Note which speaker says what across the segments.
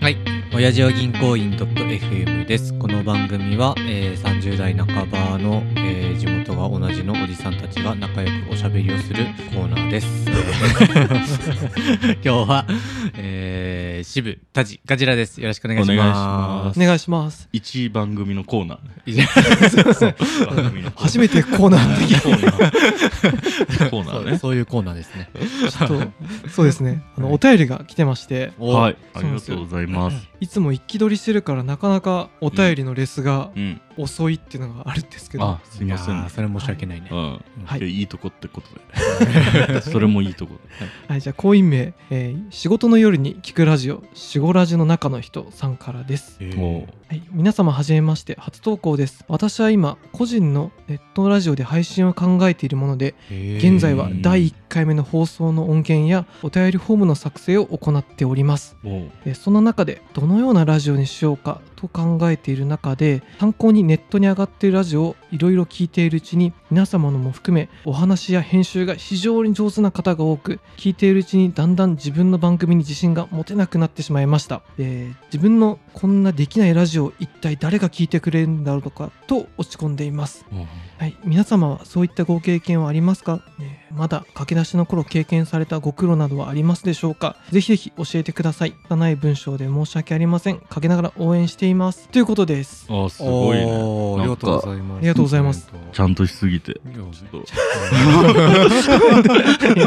Speaker 1: はい。
Speaker 2: 親父は銀行員 .fm です。この番組は、えー30代半ばの、えー地元が同じのおじさんたちが仲良くおしゃべりをするコーナーです。 今日は、えー、渋田地ガジラです。よろしくお願いします。
Speaker 1: お願いします。
Speaker 3: 一番組のコーナー。
Speaker 2: いや
Speaker 3: 番組のコーナー
Speaker 1: 初めてコーナー的
Speaker 3: コーナー。コーナ
Speaker 2: そう
Speaker 3: ー ね。
Speaker 2: そういうコーナーですね。
Speaker 1: ちょっと、そうですね。あの、お便りが来てまして、
Speaker 2: お。
Speaker 3: はいい、ありがとうございます。
Speaker 1: いつも一気取りしてるから、なかなかお便りのレスが
Speaker 3: うん。
Speaker 1: 遅いっていうのがあるんですけど
Speaker 3: あ、、すいません
Speaker 2: やー。それ申し訳ないね。
Speaker 3: うん。
Speaker 1: はいい
Speaker 3: や、いいとこってことで。それもいいとこ。
Speaker 1: はい、じゃあ、婚姻名、えー仕事の夜に聞くラジオ、シゴラジの中の人さんからです。
Speaker 2: えー
Speaker 3: も
Speaker 1: はい、皆様はじめまして初投稿です私は今個人のネットラジオで配信を考えているもので
Speaker 2: えー
Speaker 1: 現在は第1回目の放送の音源やお便りフォームの作成を行っております
Speaker 3: う、もう、
Speaker 1: えーその中でどのようなラジオにしようかと考えている中で参考にネットに上がっているラジオをいろいろ聞いているうちに皆様のも含めお話や編集が非常に上手な方が多く聞いているうちにだんだん自分の番組に自信が持てなくなってしまいました、えー自分のこんなできないラジオを一体誰が聞いてくれるんだろうかと落ち込んでいます
Speaker 3: もう
Speaker 1: はい、皆様はそういったご経験はありますか、ねまだ駆け出しの頃経験されたご苦労などはありますでしょうかぜひぜひ教えてください。拙い文章で申し訳ありません。かけながら応援しています。ということです。
Speaker 3: あ、すごいね。
Speaker 2: おーありがとうございます。
Speaker 1: ありがとうございます
Speaker 2: 本当。
Speaker 3: ちゃんとしすぎて。
Speaker 2: いや
Speaker 3: ちょっと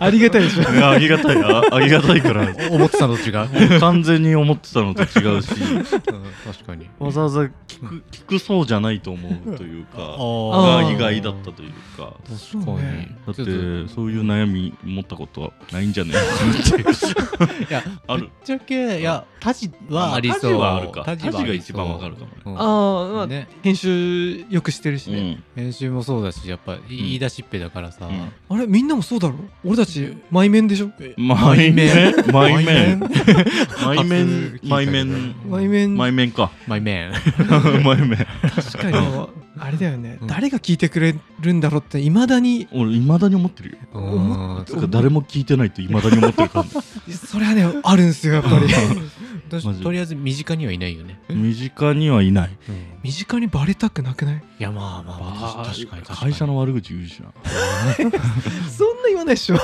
Speaker 1: ありがたいでしょ。
Speaker 3: いやありがたい、あありがたいから。
Speaker 2: 思ってたのと違う。
Speaker 3: 完全に思ってたのと違うし、
Speaker 2: 確かに。
Speaker 3: わざわざ聞く聞くそうじゃないと思うというか、
Speaker 1: あ
Speaker 3: が
Speaker 1: ー
Speaker 3: 意外だったというか。
Speaker 1: そう
Speaker 2: 確かに
Speaker 1: ね
Speaker 3: だって
Speaker 2: ちょっと
Speaker 3: そういう悩み持ったことはないんじゃねえかなっていう
Speaker 2: いや、
Speaker 3: あ
Speaker 2: ぶっ
Speaker 3: る
Speaker 2: ちゃけ、いや、タジはありそう。
Speaker 3: タジはあるか
Speaker 2: タ
Speaker 3: タ
Speaker 2: ジ
Speaker 3: ジ
Speaker 2: はあ
Speaker 3: が
Speaker 2: りそ
Speaker 3: 一
Speaker 2: う
Speaker 3: 番わかるかもね
Speaker 2: うん
Speaker 1: ああ、まあ、
Speaker 2: ね
Speaker 1: 編集よくしてるし
Speaker 3: う
Speaker 1: ね。
Speaker 3: ん
Speaker 2: 編集もそうだし、やっぱ言い出しっぺだからさ。
Speaker 3: うん
Speaker 1: あれみんなもそうだろ俺たち、前面でしょ
Speaker 3: マイメンマイメンマイメン
Speaker 2: マ
Speaker 3: マ
Speaker 2: イ
Speaker 3: イ
Speaker 2: メ
Speaker 3: メ
Speaker 2: ン
Speaker 3: ン
Speaker 1: 前面、
Speaker 3: マイメン か
Speaker 2: マイメン。
Speaker 3: マイメン
Speaker 1: 確かに、 あれだよね
Speaker 2: う。ん
Speaker 1: 誰が聞いてくれるんだろうって、いまだに、
Speaker 3: 俺いまだに思ってるよ
Speaker 2: うん
Speaker 3: つうか誰も聞いてないといまだに思ってるか
Speaker 1: それはね、あるんですよ、やっぱり。
Speaker 2: と
Speaker 3: マジ
Speaker 2: とりあえず身近にはいないよね。
Speaker 3: ら身近にはいない
Speaker 1: 身近にバレたくなくない
Speaker 2: いや、まあまあまあ、
Speaker 3: あ
Speaker 2: 確かに。確かに
Speaker 3: 会社の悪口言うしな
Speaker 1: そんな言わないでしょ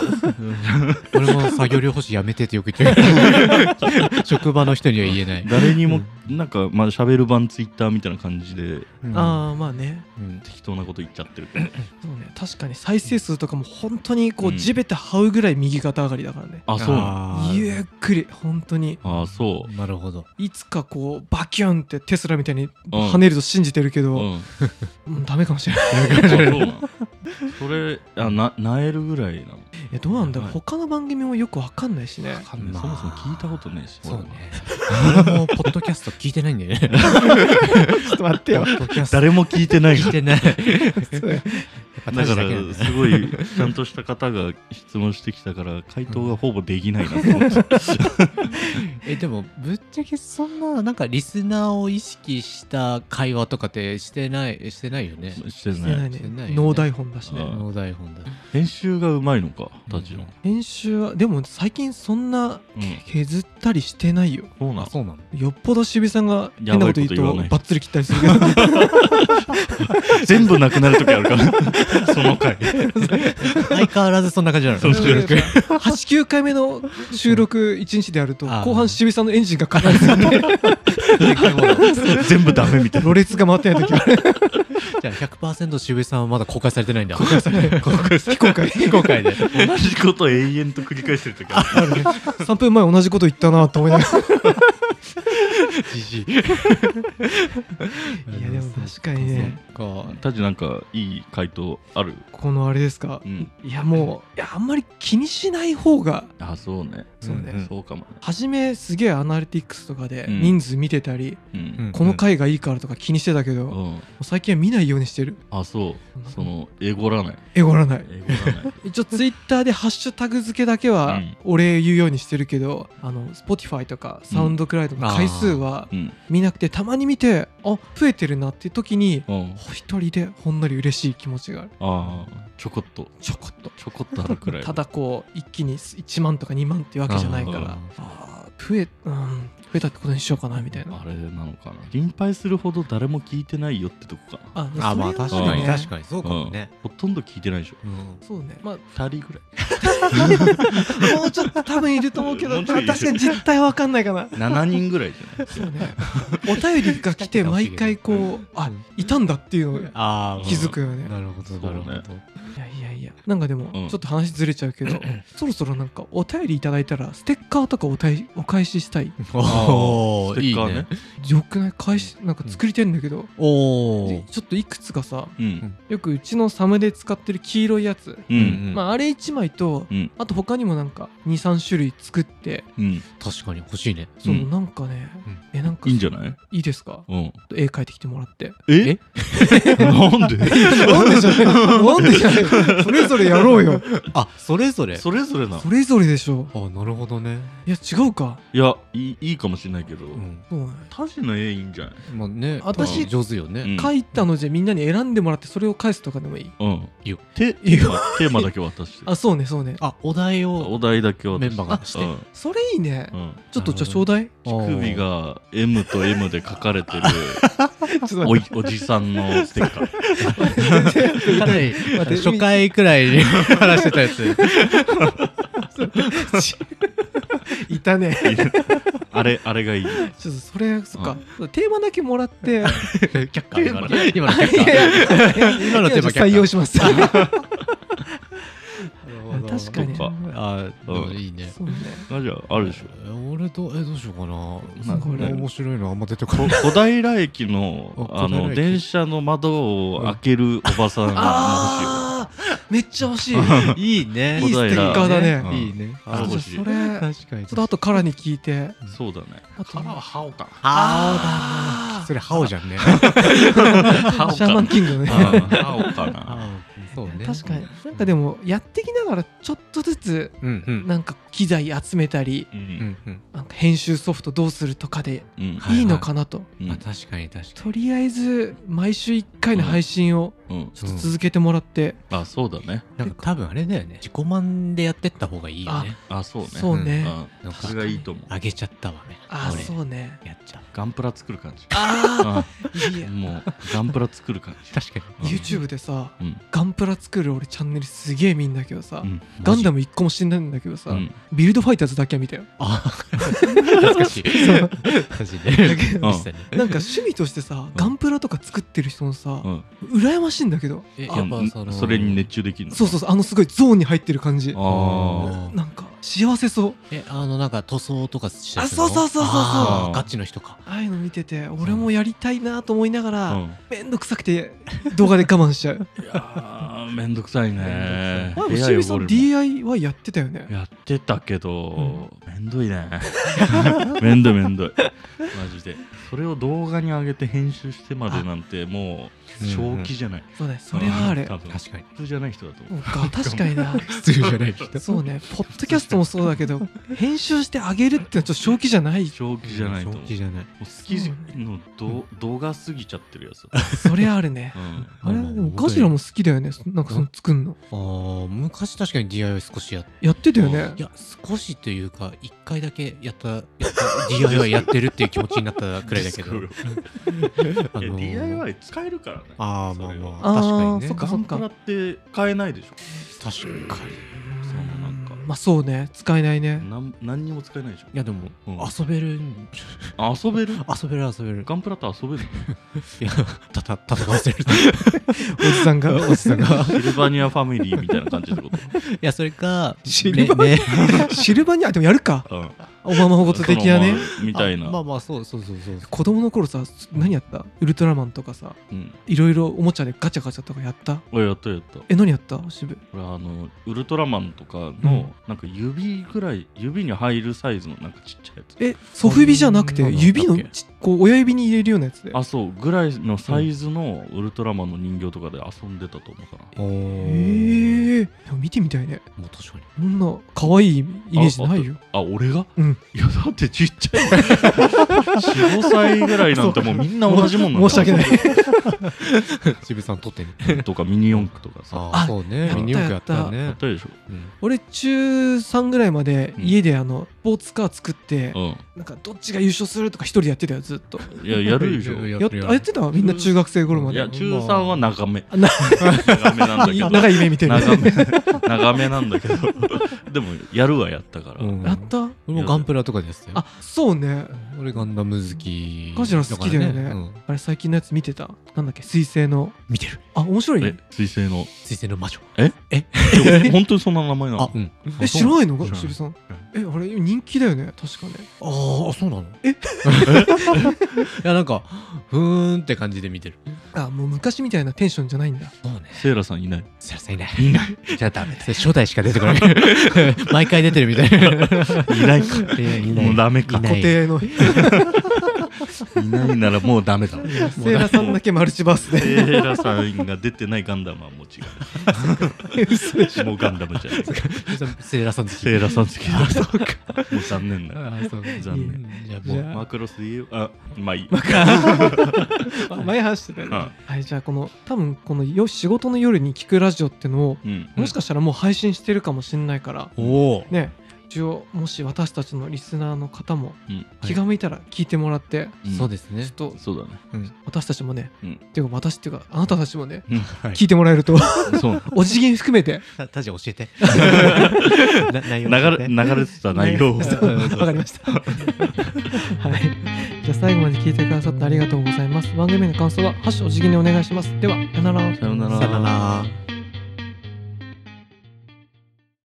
Speaker 2: 俺も作業療法士やめてってよく言ってる。職場の人には言えない。
Speaker 3: 誰にもなんかまあ喋る版ツイッターみたいな感じで
Speaker 1: ああまあね
Speaker 2: うん
Speaker 3: 適当なこと言っちゃってるからね
Speaker 1: そうね確かに再生数とかも本当にこ
Speaker 3: う
Speaker 1: うん地べた這うぐらい右肩上がりだからね、
Speaker 3: あそうなの
Speaker 2: あー
Speaker 1: ゆっくり本当に
Speaker 3: あそ
Speaker 2: なるほど。
Speaker 1: いつかこうバキュンってテスラみたいに跳ねると信じてるけ
Speaker 3: う
Speaker 1: ど、
Speaker 3: うん
Speaker 1: うんダメかもしれない
Speaker 3: あそうなのそれあななえるぐらいなの
Speaker 1: えどうなんだろう
Speaker 3: はい
Speaker 1: 他の番組もよくわかんないしね
Speaker 3: そも
Speaker 2: まあ
Speaker 3: そも聞いたことないし
Speaker 2: そうね。俺もポッドキャスト聞いてないん だよね。
Speaker 1: ちょっと待って
Speaker 2: ポッドキャスト
Speaker 3: 誰も聞いてない
Speaker 2: 聞
Speaker 3: か
Speaker 2: いてない。
Speaker 3: らだから
Speaker 2: 私だけ
Speaker 3: すごいちゃんとした方が質問してきたから回答がほぼできないなと思って
Speaker 2: えでもぶっちゃけそんななんかリスナーを意識した会話とかってしてないしてないよね。
Speaker 3: して
Speaker 1: してな
Speaker 3: ないい
Speaker 1: ね
Speaker 2: してないね
Speaker 1: 脳台本だしね
Speaker 3: あ
Speaker 2: 脳台本だ。
Speaker 3: 編集がうまいのかたちの
Speaker 1: 編集はでも最近そんな
Speaker 3: うん
Speaker 1: 削ったりしてないよ
Speaker 3: そうなの
Speaker 2: そうなの。
Speaker 1: よっぽど渋井さんが変なこと言う
Speaker 3: やばいこと言わ
Speaker 1: と
Speaker 3: ない
Speaker 1: バッツリ切ったりする けど
Speaker 3: 全部なくなる時あるから その回
Speaker 2: 相変わらずそんな感じなの。
Speaker 3: そうそう
Speaker 1: 89回目の収録1日でや ると
Speaker 2: あー
Speaker 1: 後半渋井さんのエンジンがかかりすぎて
Speaker 3: 全部ダメみたいな
Speaker 1: ろれつが回ってない時は
Speaker 2: じゃあ100%渋井さんはまだ公開されてないんだ。公開されない。
Speaker 1: 非公開
Speaker 2: 非公開で。
Speaker 3: 同じこと永遠と繰り返してる時ある
Speaker 1: 3分前同じこと言ったなと思いながら いやでも確かにね
Speaker 2: そっか。
Speaker 3: たちなんかいい回答ある
Speaker 1: このあれですか
Speaker 3: うん
Speaker 1: いやもういやあんまり気にしない方が
Speaker 3: あそうね
Speaker 1: そうね
Speaker 2: ん
Speaker 3: そうかもね
Speaker 1: 初めすげえアナリティクスとかで
Speaker 3: うん
Speaker 1: 人数見てたり、
Speaker 3: う
Speaker 2: うんん
Speaker 1: この回がいいからとか気にしてたけど、
Speaker 3: う
Speaker 1: も
Speaker 3: ん
Speaker 1: う最近は見ないようにしてる
Speaker 3: あそうそのエゴらない
Speaker 1: えごらない
Speaker 3: エゴらない
Speaker 1: 一応ツイッターでハッシュタグ付けだけは
Speaker 3: うん
Speaker 1: お礼言うようにしてるけど、あの Spotify とかサウンドクラウドの回数は
Speaker 3: うん
Speaker 1: 見なくて、たまに見てあ増えてるなっていう時に
Speaker 3: うん
Speaker 1: 一人でほんのり嬉しい気持ちがある
Speaker 3: ああちょこっと
Speaker 1: ちょこっと
Speaker 3: ちょこっとあるくらい
Speaker 1: ただこう一気に1万とか2万っていうわけじゃないからああ増え,、うん、増えたってことにしようかなみたいな
Speaker 3: あれなのかな心配するほど誰も聞いてないよってとこかな
Speaker 1: あ
Speaker 2: あまあ確かに
Speaker 3: うん
Speaker 2: 確か
Speaker 1: に
Speaker 2: にそうかもね、
Speaker 3: ほとんど聞いてないでしょ
Speaker 2: うん
Speaker 1: そうねまあ
Speaker 3: 2人ぐらい
Speaker 1: もうちょっと多分いると思うけ
Speaker 3: も
Speaker 1: ど
Speaker 3: うちょいい
Speaker 1: 確
Speaker 3: る
Speaker 1: かに実態わかんないかな
Speaker 3: 7人ぐらいじゃない
Speaker 1: そうねお便りが来て毎回こうあいたんだっていうの
Speaker 2: ああ
Speaker 1: 気づくよね
Speaker 2: なるほどなるほど、
Speaker 3: そ
Speaker 1: いやいやいやなんかでも
Speaker 3: うん
Speaker 1: ちょっと話ずれちゃうけど、そろそろなんかお便りいただいたらステッカーとかおたいお返ししたい
Speaker 2: おお
Speaker 3: ステ
Speaker 2: い
Speaker 3: ッ
Speaker 2: い
Speaker 3: カー
Speaker 2: ね
Speaker 3: ね
Speaker 1: よくない返しなんか作りてんだけど、
Speaker 2: おお
Speaker 1: でちょっといくつかさ
Speaker 3: うん
Speaker 1: よくうちのサムで使ってる黄色いやつ、
Speaker 3: うんうん
Speaker 1: まああれ1枚と
Speaker 3: うん
Speaker 1: あと他にもなんか23種類作って
Speaker 3: うん
Speaker 2: 確かに欲しいね
Speaker 1: そうの
Speaker 3: ん
Speaker 1: なんかね、えなんか
Speaker 3: いいんじゃない
Speaker 1: いいですか
Speaker 3: うん
Speaker 1: 絵描いてきてもらって
Speaker 3: え なんで
Speaker 1: なんでしょ うね。なんでしょうね。それぞれやろうよ。
Speaker 2: あそれぞれ
Speaker 3: それぞれなの
Speaker 1: それぞれでしょ
Speaker 2: あなるほどね
Speaker 1: う。いや、違うか。
Speaker 3: いやいいいいかもしれないけど
Speaker 2: うん
Speaker 1: そうね
Speaker 3: タジの絵いいんじゃない
Speaker 2: まあね
Speaker 1: 私
Speaker 2: 上手よね、
Speaker 3: うん
Speaker 1: 書いたのじゃみんなに選んでもらってそれを返すとかでもいい。
Speaker 3: うん
Speaker 2: いいよ
Speaker 3: テ
Speaker 1: いいよ
Speaker 3: まあテーマだけ渡して
Speaker 1: あ、そうね、そうね。
Speaker 2: あお題を
Speaker 3: お題だけ渡して
Speaker 2: メンバーがして
Speaker 3: うん
Speaker 1: それいいね
Speaker 3: う。ん
Speaker 1: ちょっとじゃあちょうだい。
Speaker 3: 乳首が M と M で書かれてる
Speaker 1: ちょっと
Speaker 3: お
Speaker 1: 待っ
Speaker 3: いおじさんのステッカー。
Speaker 1: て。
Speaker 2: かなり
Speaker 1: って
Speaker 2: 初回くらいに 話してたやつ
Speaker 1: いたね。
Speaker 3: あれ、あれがいい。
Speaker 1: ちょっとそれ、そっか。テーマだけもらって。
Speaker 2: 却下今の今の
Speaker 1: いやい
Speaker 2: 却
Speaker 1: やいや
Speaker 2: 下今のテーマ
Speaker 1: 採用
Speaker 2: 却
Speaker 1: します。
Speaker 2: 下
Speaker 1: 確かに
Speaker 3: そっか
Speaker 2: あーでもいいね
Speaker 1: そうね。
Speaker 3: あじゃあ、あるでしょ。
Speaker 2: え俺どえどうしようか
Speaker 3: ま
Speaker 2: な
Speaker 3: あ
Speaker 2: これ
Speaker 3: ね
Speaker 2: 面白いのあんま出てこな
Speaker 3: こ
Speaker 2: い
Speaker 3: 小平駅の
Speaker 2: あ
Speaker 3: あ
Speaker 2: 小平
Speaker 3: の
Speaker 2: 駅
Speaker 3: 電車の窓を開けるおばさんが
Speaker 1: ああ、めっちゃ欲 しい。
Speaker 2: いいね
Speaker 1: いいステッカーだね
Speaker 2: いいね
Speaker 3: あ
Speaker 1: あじゃあそ
Speaker 2: 確
Speaker 1: れ、
Speaker 2: かに
Speaker 1: ちょっとあとカラに聞いて。
Speaker 3: 欲しい。そうだね。
Speaker 1: あと
Speaker 3: はハオか。
Speaker 1: あ
Speaker 2: それハオじゃんね
Speaker 1: あシャーマンキングのね。
Speaker 3: ハオかな。
Speaker 2: そうね
Speaker 1: 確かになんかでもやってきながらちょっとずつ
Speaker 2: うんうん
Speaker 1: なんか機材集めたり
Speaker 3: う。
Speaker 2: うんんうん
Speaker 1: なんか編集ソフトどうするとかで
Speaker 3: うん
Speaker 2: はい
Speaker 1: いいのかなと、
Speaker 3: うん
Speaker 2: あ確かに確か
Speaker 1: とりあえず毎週1回の配信を
Speaker 3: うん。
Speaker 1: ちょっと続けてもらって、
Speaker 3: あ、そうだね。
Speaker 2: になんか多分あれだよね自己満でやってった方がいいよね
Speaker 3: あ、そうね。
Speaker 1: そう
Speaker 3: う
Speaker 1: ね、
Speaker 3: ん。
Speaker 2: なんか
Speaker 3: それがいいと思う。
Speaker 2: あげちゃったわね
Speaker 1: ああ
Speaker 2: 俺
Speaker 1: そうね
Speaker 2: やっちゃう
Speaker 3: ガンプラ作る感じ。あ
Speaker 1: ああいいや
Speaker 3: もう、ガンプラ作る感じ。
Speaker 2: 確かに
Speaker 1: YouTube でさ
Speaker 3: うん。
Speaker 1: ガンプラ作る俺チャンネルすげえ見んだけどさ、
Speaker 3: うん。
Speaker 1: ガンダム1個も死んないんだけどさ、
Speaker 3: うん
Speaker 1: ビルドファイターズだけは見たよ
Speaker 2: あ懐かしいマジで
Speaker 3: うん
Speaker 2: 実際に
Speaker 1: なんか趣味としてさ、ガンプラとか作ってる人のさ、
Speaker 3: うん。
Speaker 1: 羨ましいんだけど
Speaker 2: え
Speaker 1: あ
Speaker 2: やっぱその
Speaker 3: それに熱中できるの
Speaker 1: そうそうそうあのすごいゾーンに入ってる感じ
Speaker 3: あ
Speaker 1: なんか幸せそう
Speaker 2: えあのなんか塗装とかしてるの
Speaker 1: あそうそうそうそうそう
Speaker 2: あーガチの人か
Speaker 1: ああいうの見てて俺もやりたいなと思いなが
Speaker 3: あ。
Speaker 1: ら、
Speaker 3: うん
Speaker 1: めんどくさくて動画で我慢しちゃう
Speaker 3: いやーめんどくさいね。
Speaker 1: 前もしみさん
Speaker 3: 部屋汚れ
Speaker 1: DIY やってたよね
Speaker 3: もやってたけど、めんどいね。 めんどいめんどい。マジで。それを動画に上げて編集してまでなんて、もう、正気じゃない。
Speaker 1: そうねそれはあれ
Speaker 3: 多分
Speaker 2: 確かに
Speaker 3: 普通じゃない人だと思う。
Speaker 1: そうか確か にな
Speaker 2: 普通じゃない人
Speaker 1: そうねポッドキャストもそうだけど編集してあげるってのはちょっと正気じゃない
Speaker 3: 正気じゃないと思う。
Speaker 2: 正気じゃない
Speaker 3: もう好きのど動画すぎちゃってるやつ。
Speaker 1: それあ るね
Speaker 3: うん
Speaker 1: あれでもガジラも好きだよねなんかその作んの
Speaker 2: あー昔確かに DIY 少しやっ
Speaker 1: やってたよね
Speaker 2: いや少しというか一回だけやったやった DIY やってるっていう気持ちになったくらいだけどあ
Speaker 3: いや
Speaker 2: のー
Speaker 3: DIY 使えるからね。
Speaker 2: ああまあ
Speaker 3: それ
Speaker 2: ま
Speaker 3: は
Speaker 2: あ確か
Speaker 1: あ
Speaker 2: に
Speaker 1: ー
Speaker 2: ね
Speaker 1: そっか
Speaker 3: ガンプラって買えないでしょ。
Speaker 2: 確かに
Speaker 3: そのなんか。
Speaker 1: まあそうね使えないね
Speaker 3: なん何にも使えないでしょ
Speaker 2: いやでも、
Speaker 3: うん
Speaker 2: 遊べる
Speaker 3: 遊べる
Speaker 2: 遊べる遊べる
Speaker 3: ガンプラと遊べる
Speaker 2: いやたた戦わせる
Speaker 1: おじさんが
Speaker 2: おじさんが
Speaker 3: シルバニアファミリーみたいな感じって こ
Speaker 2: いやそれか
Speaker 1: シルバ
Speaker 2: ねね
Speaker 1: シルバニアでもやるか
Speaker 3: と、うん、
Speaker 1: オバマ保護と的なね
Speaker 3: そのみたいな、
Speaker 2: あまあまあそうそうそうそう
Speaker 1: 子供の頃さ何やったウルトラマンとかさ
Speaker 3: うん
Speaker 1: いろいろおもちゃでガチャガチャとかやった
Speaker 3: おいやったやった
Speaker 1: え何やった渋
Speaker 3: 俺あのウルトラマンとかの、
Speaker 1: うん
Speaker 3: なんか指ぐらい指に入るサイズのなんかちっちゃいやつ
Speaker 1: えソフビじゃなくて
Speaker 2: そんなの
Speaker 1: 指の
Speaker 2: だっけ
Speaker 1: ちこう親指に入れるようなやつで
Speaker 3: あそうぐらいのサイズのウルトラマンの人形とかで遊んでたと思うかな、
Speaker 2: お
Speaker 1: え
Speaker 2: ー
Speaker 1: ー、でも見てみたいね
Speaker 2: もう確かに
Speaker 1: そんな可愛いイメージないよ
Speaker 3: あ俺が、
Speaker 1: うん
Speaker 3: いやだってちっちゃい45歳ぐらいなんてもうみんな同じもんなんだ
Speaker 1: 申し 訳ない
Speaker 2: 渋さん撮ってね
Speaker 3: とかミニ四駆とかさ
Speaker 2: あ
Speaker 1: あ
Speaker 2: そうね
Speaker 1: やった
Speaker 2: ミニ四駆やった
Speaker 3: や
Speaker 2: ね
Speaker 3: ったでしょ
Speaker 2: うん
Speaker 1: 俺中3ぐらいまで
Speaker 3: うん
Speaker 1: 家であのポーツカー作って
Speaker 3: う
Speaker 1: なんかどっちが優勝するとか一人でやってたよずっと
Speaker 3: ん。いや、やるでしょ。
Speaker 1: やっあやってたわみんな中学生頃ま
Speaker 3: い
Speaker 1: で
Speaker 3: や、中3は長め。
Speaker 1: あな
Speaker 3: 長めなんだけど。
Speaker 1: 長い夢見てる
Speaker 3: 長め。長めなんだけど。 でも、やるはやったから。
Speaker 2: うん
Speaker 1: やった
Speaker 2: 俺もガンプラとかでやってたよ
Speaker 1: あそうね
Speaker 2: 俺ガンダム好き
Speaker 1: ガジラ好きだよね
Speaker 2: からうん
Speaker 1: あれ最近のやつ見てたなんだっけ彗星の
Speaker 2: 見てる
Speaker 1: あ面白い
Speaker 3: え、水星の。
Speaker 2: 水星の魔女
Speaker 3: でも本当にそんな名前な
Speaker 2: あ
Speaker 3: の
Speaker 2: うん
Speaker 1: え知らないの
Speaker 3: 知らない
Speaker 1: しぶさんえあれ人気だよね確かね
Speaker 2: あーそうなのえ いやなんかふーんって感じで見てる
Speaker 1: あもう昔みたいなテンションじゃないんだ
Speaker 2: そうね
Speaker 3: セイラさんいない。
Speaker 2: セラさんいないいないじゃあダメだそれ初代しか出てこ ない毎回出てるみたい
Speaker 3: いないか。
Speaker 2: いやいない
Speaker 3: もうダメか。
Speaker 2: いない
Speaker 1: 固 定の
Speaker 3: いないならもうダメだ。
Speaker 1: セイラさんだけマルチバ ースで
Speaker 3: セイラさんが出てないガンダムはもう違
Speaker 1: 嘘でし
Speaker 3: う。もうガンダムじゃない。
Speaker 2: なセイラさん好き
Speaker 3: セイラさん好きだ。
Speaker 2: そうか
Speaker 3: もう残念だ。
Speaker 2: あーそう
Speaker 3: 残念
Speaker 2: じゃあ
Speaker 1: じ
Speaker 2: も
Speaker 1: ゃ
Speaker 2: う
Speaker 1: あ
Speaker 3: マクロスで言う。あ、まあいい。
Speaker 1: ょ前話してたよね
Speaker 3: うん
Speaker 1: はいじゃあこの多分このよ仕事の夜に聞くラジオってのを
Speaker 3: うん。
Speaker 1: もしかしたらもう配信してるかもしれないから
Speaker 2: おお
Speaker 1: ね一応もし私たちのリスナーの方も
Speaker 3: うん
Speaker 1: 気が向いたら聞いてもらって
Speaker 3: うん
Speaker 2: そうですね
Speaker 1: ちょっと
Speaker 3: そうだね。
Speaker 1: 私たちもね
Speaker 3: うん
Speaker 1: っていうか私っていうかあなたたちもね
Speaker 2: はい
Speaker 1: 聞いてもらえると
Speaker 3: そうな
Speaker 1: お辞儀含めて
Speaker 2: たたじ教えてな内容教
Speaker 3: の
Speaker 2: えて
Speaker 3: 流れ流れてた内 容を。
Speaker 1: ねそうわかりました。 はい。じゃあ最後まで聞いてくださってありがとうございます。番組への感想は、ハッシュお辞儀にお願いします。では、さよなら。
Speaker 3: さような
Speaker 2: さよなら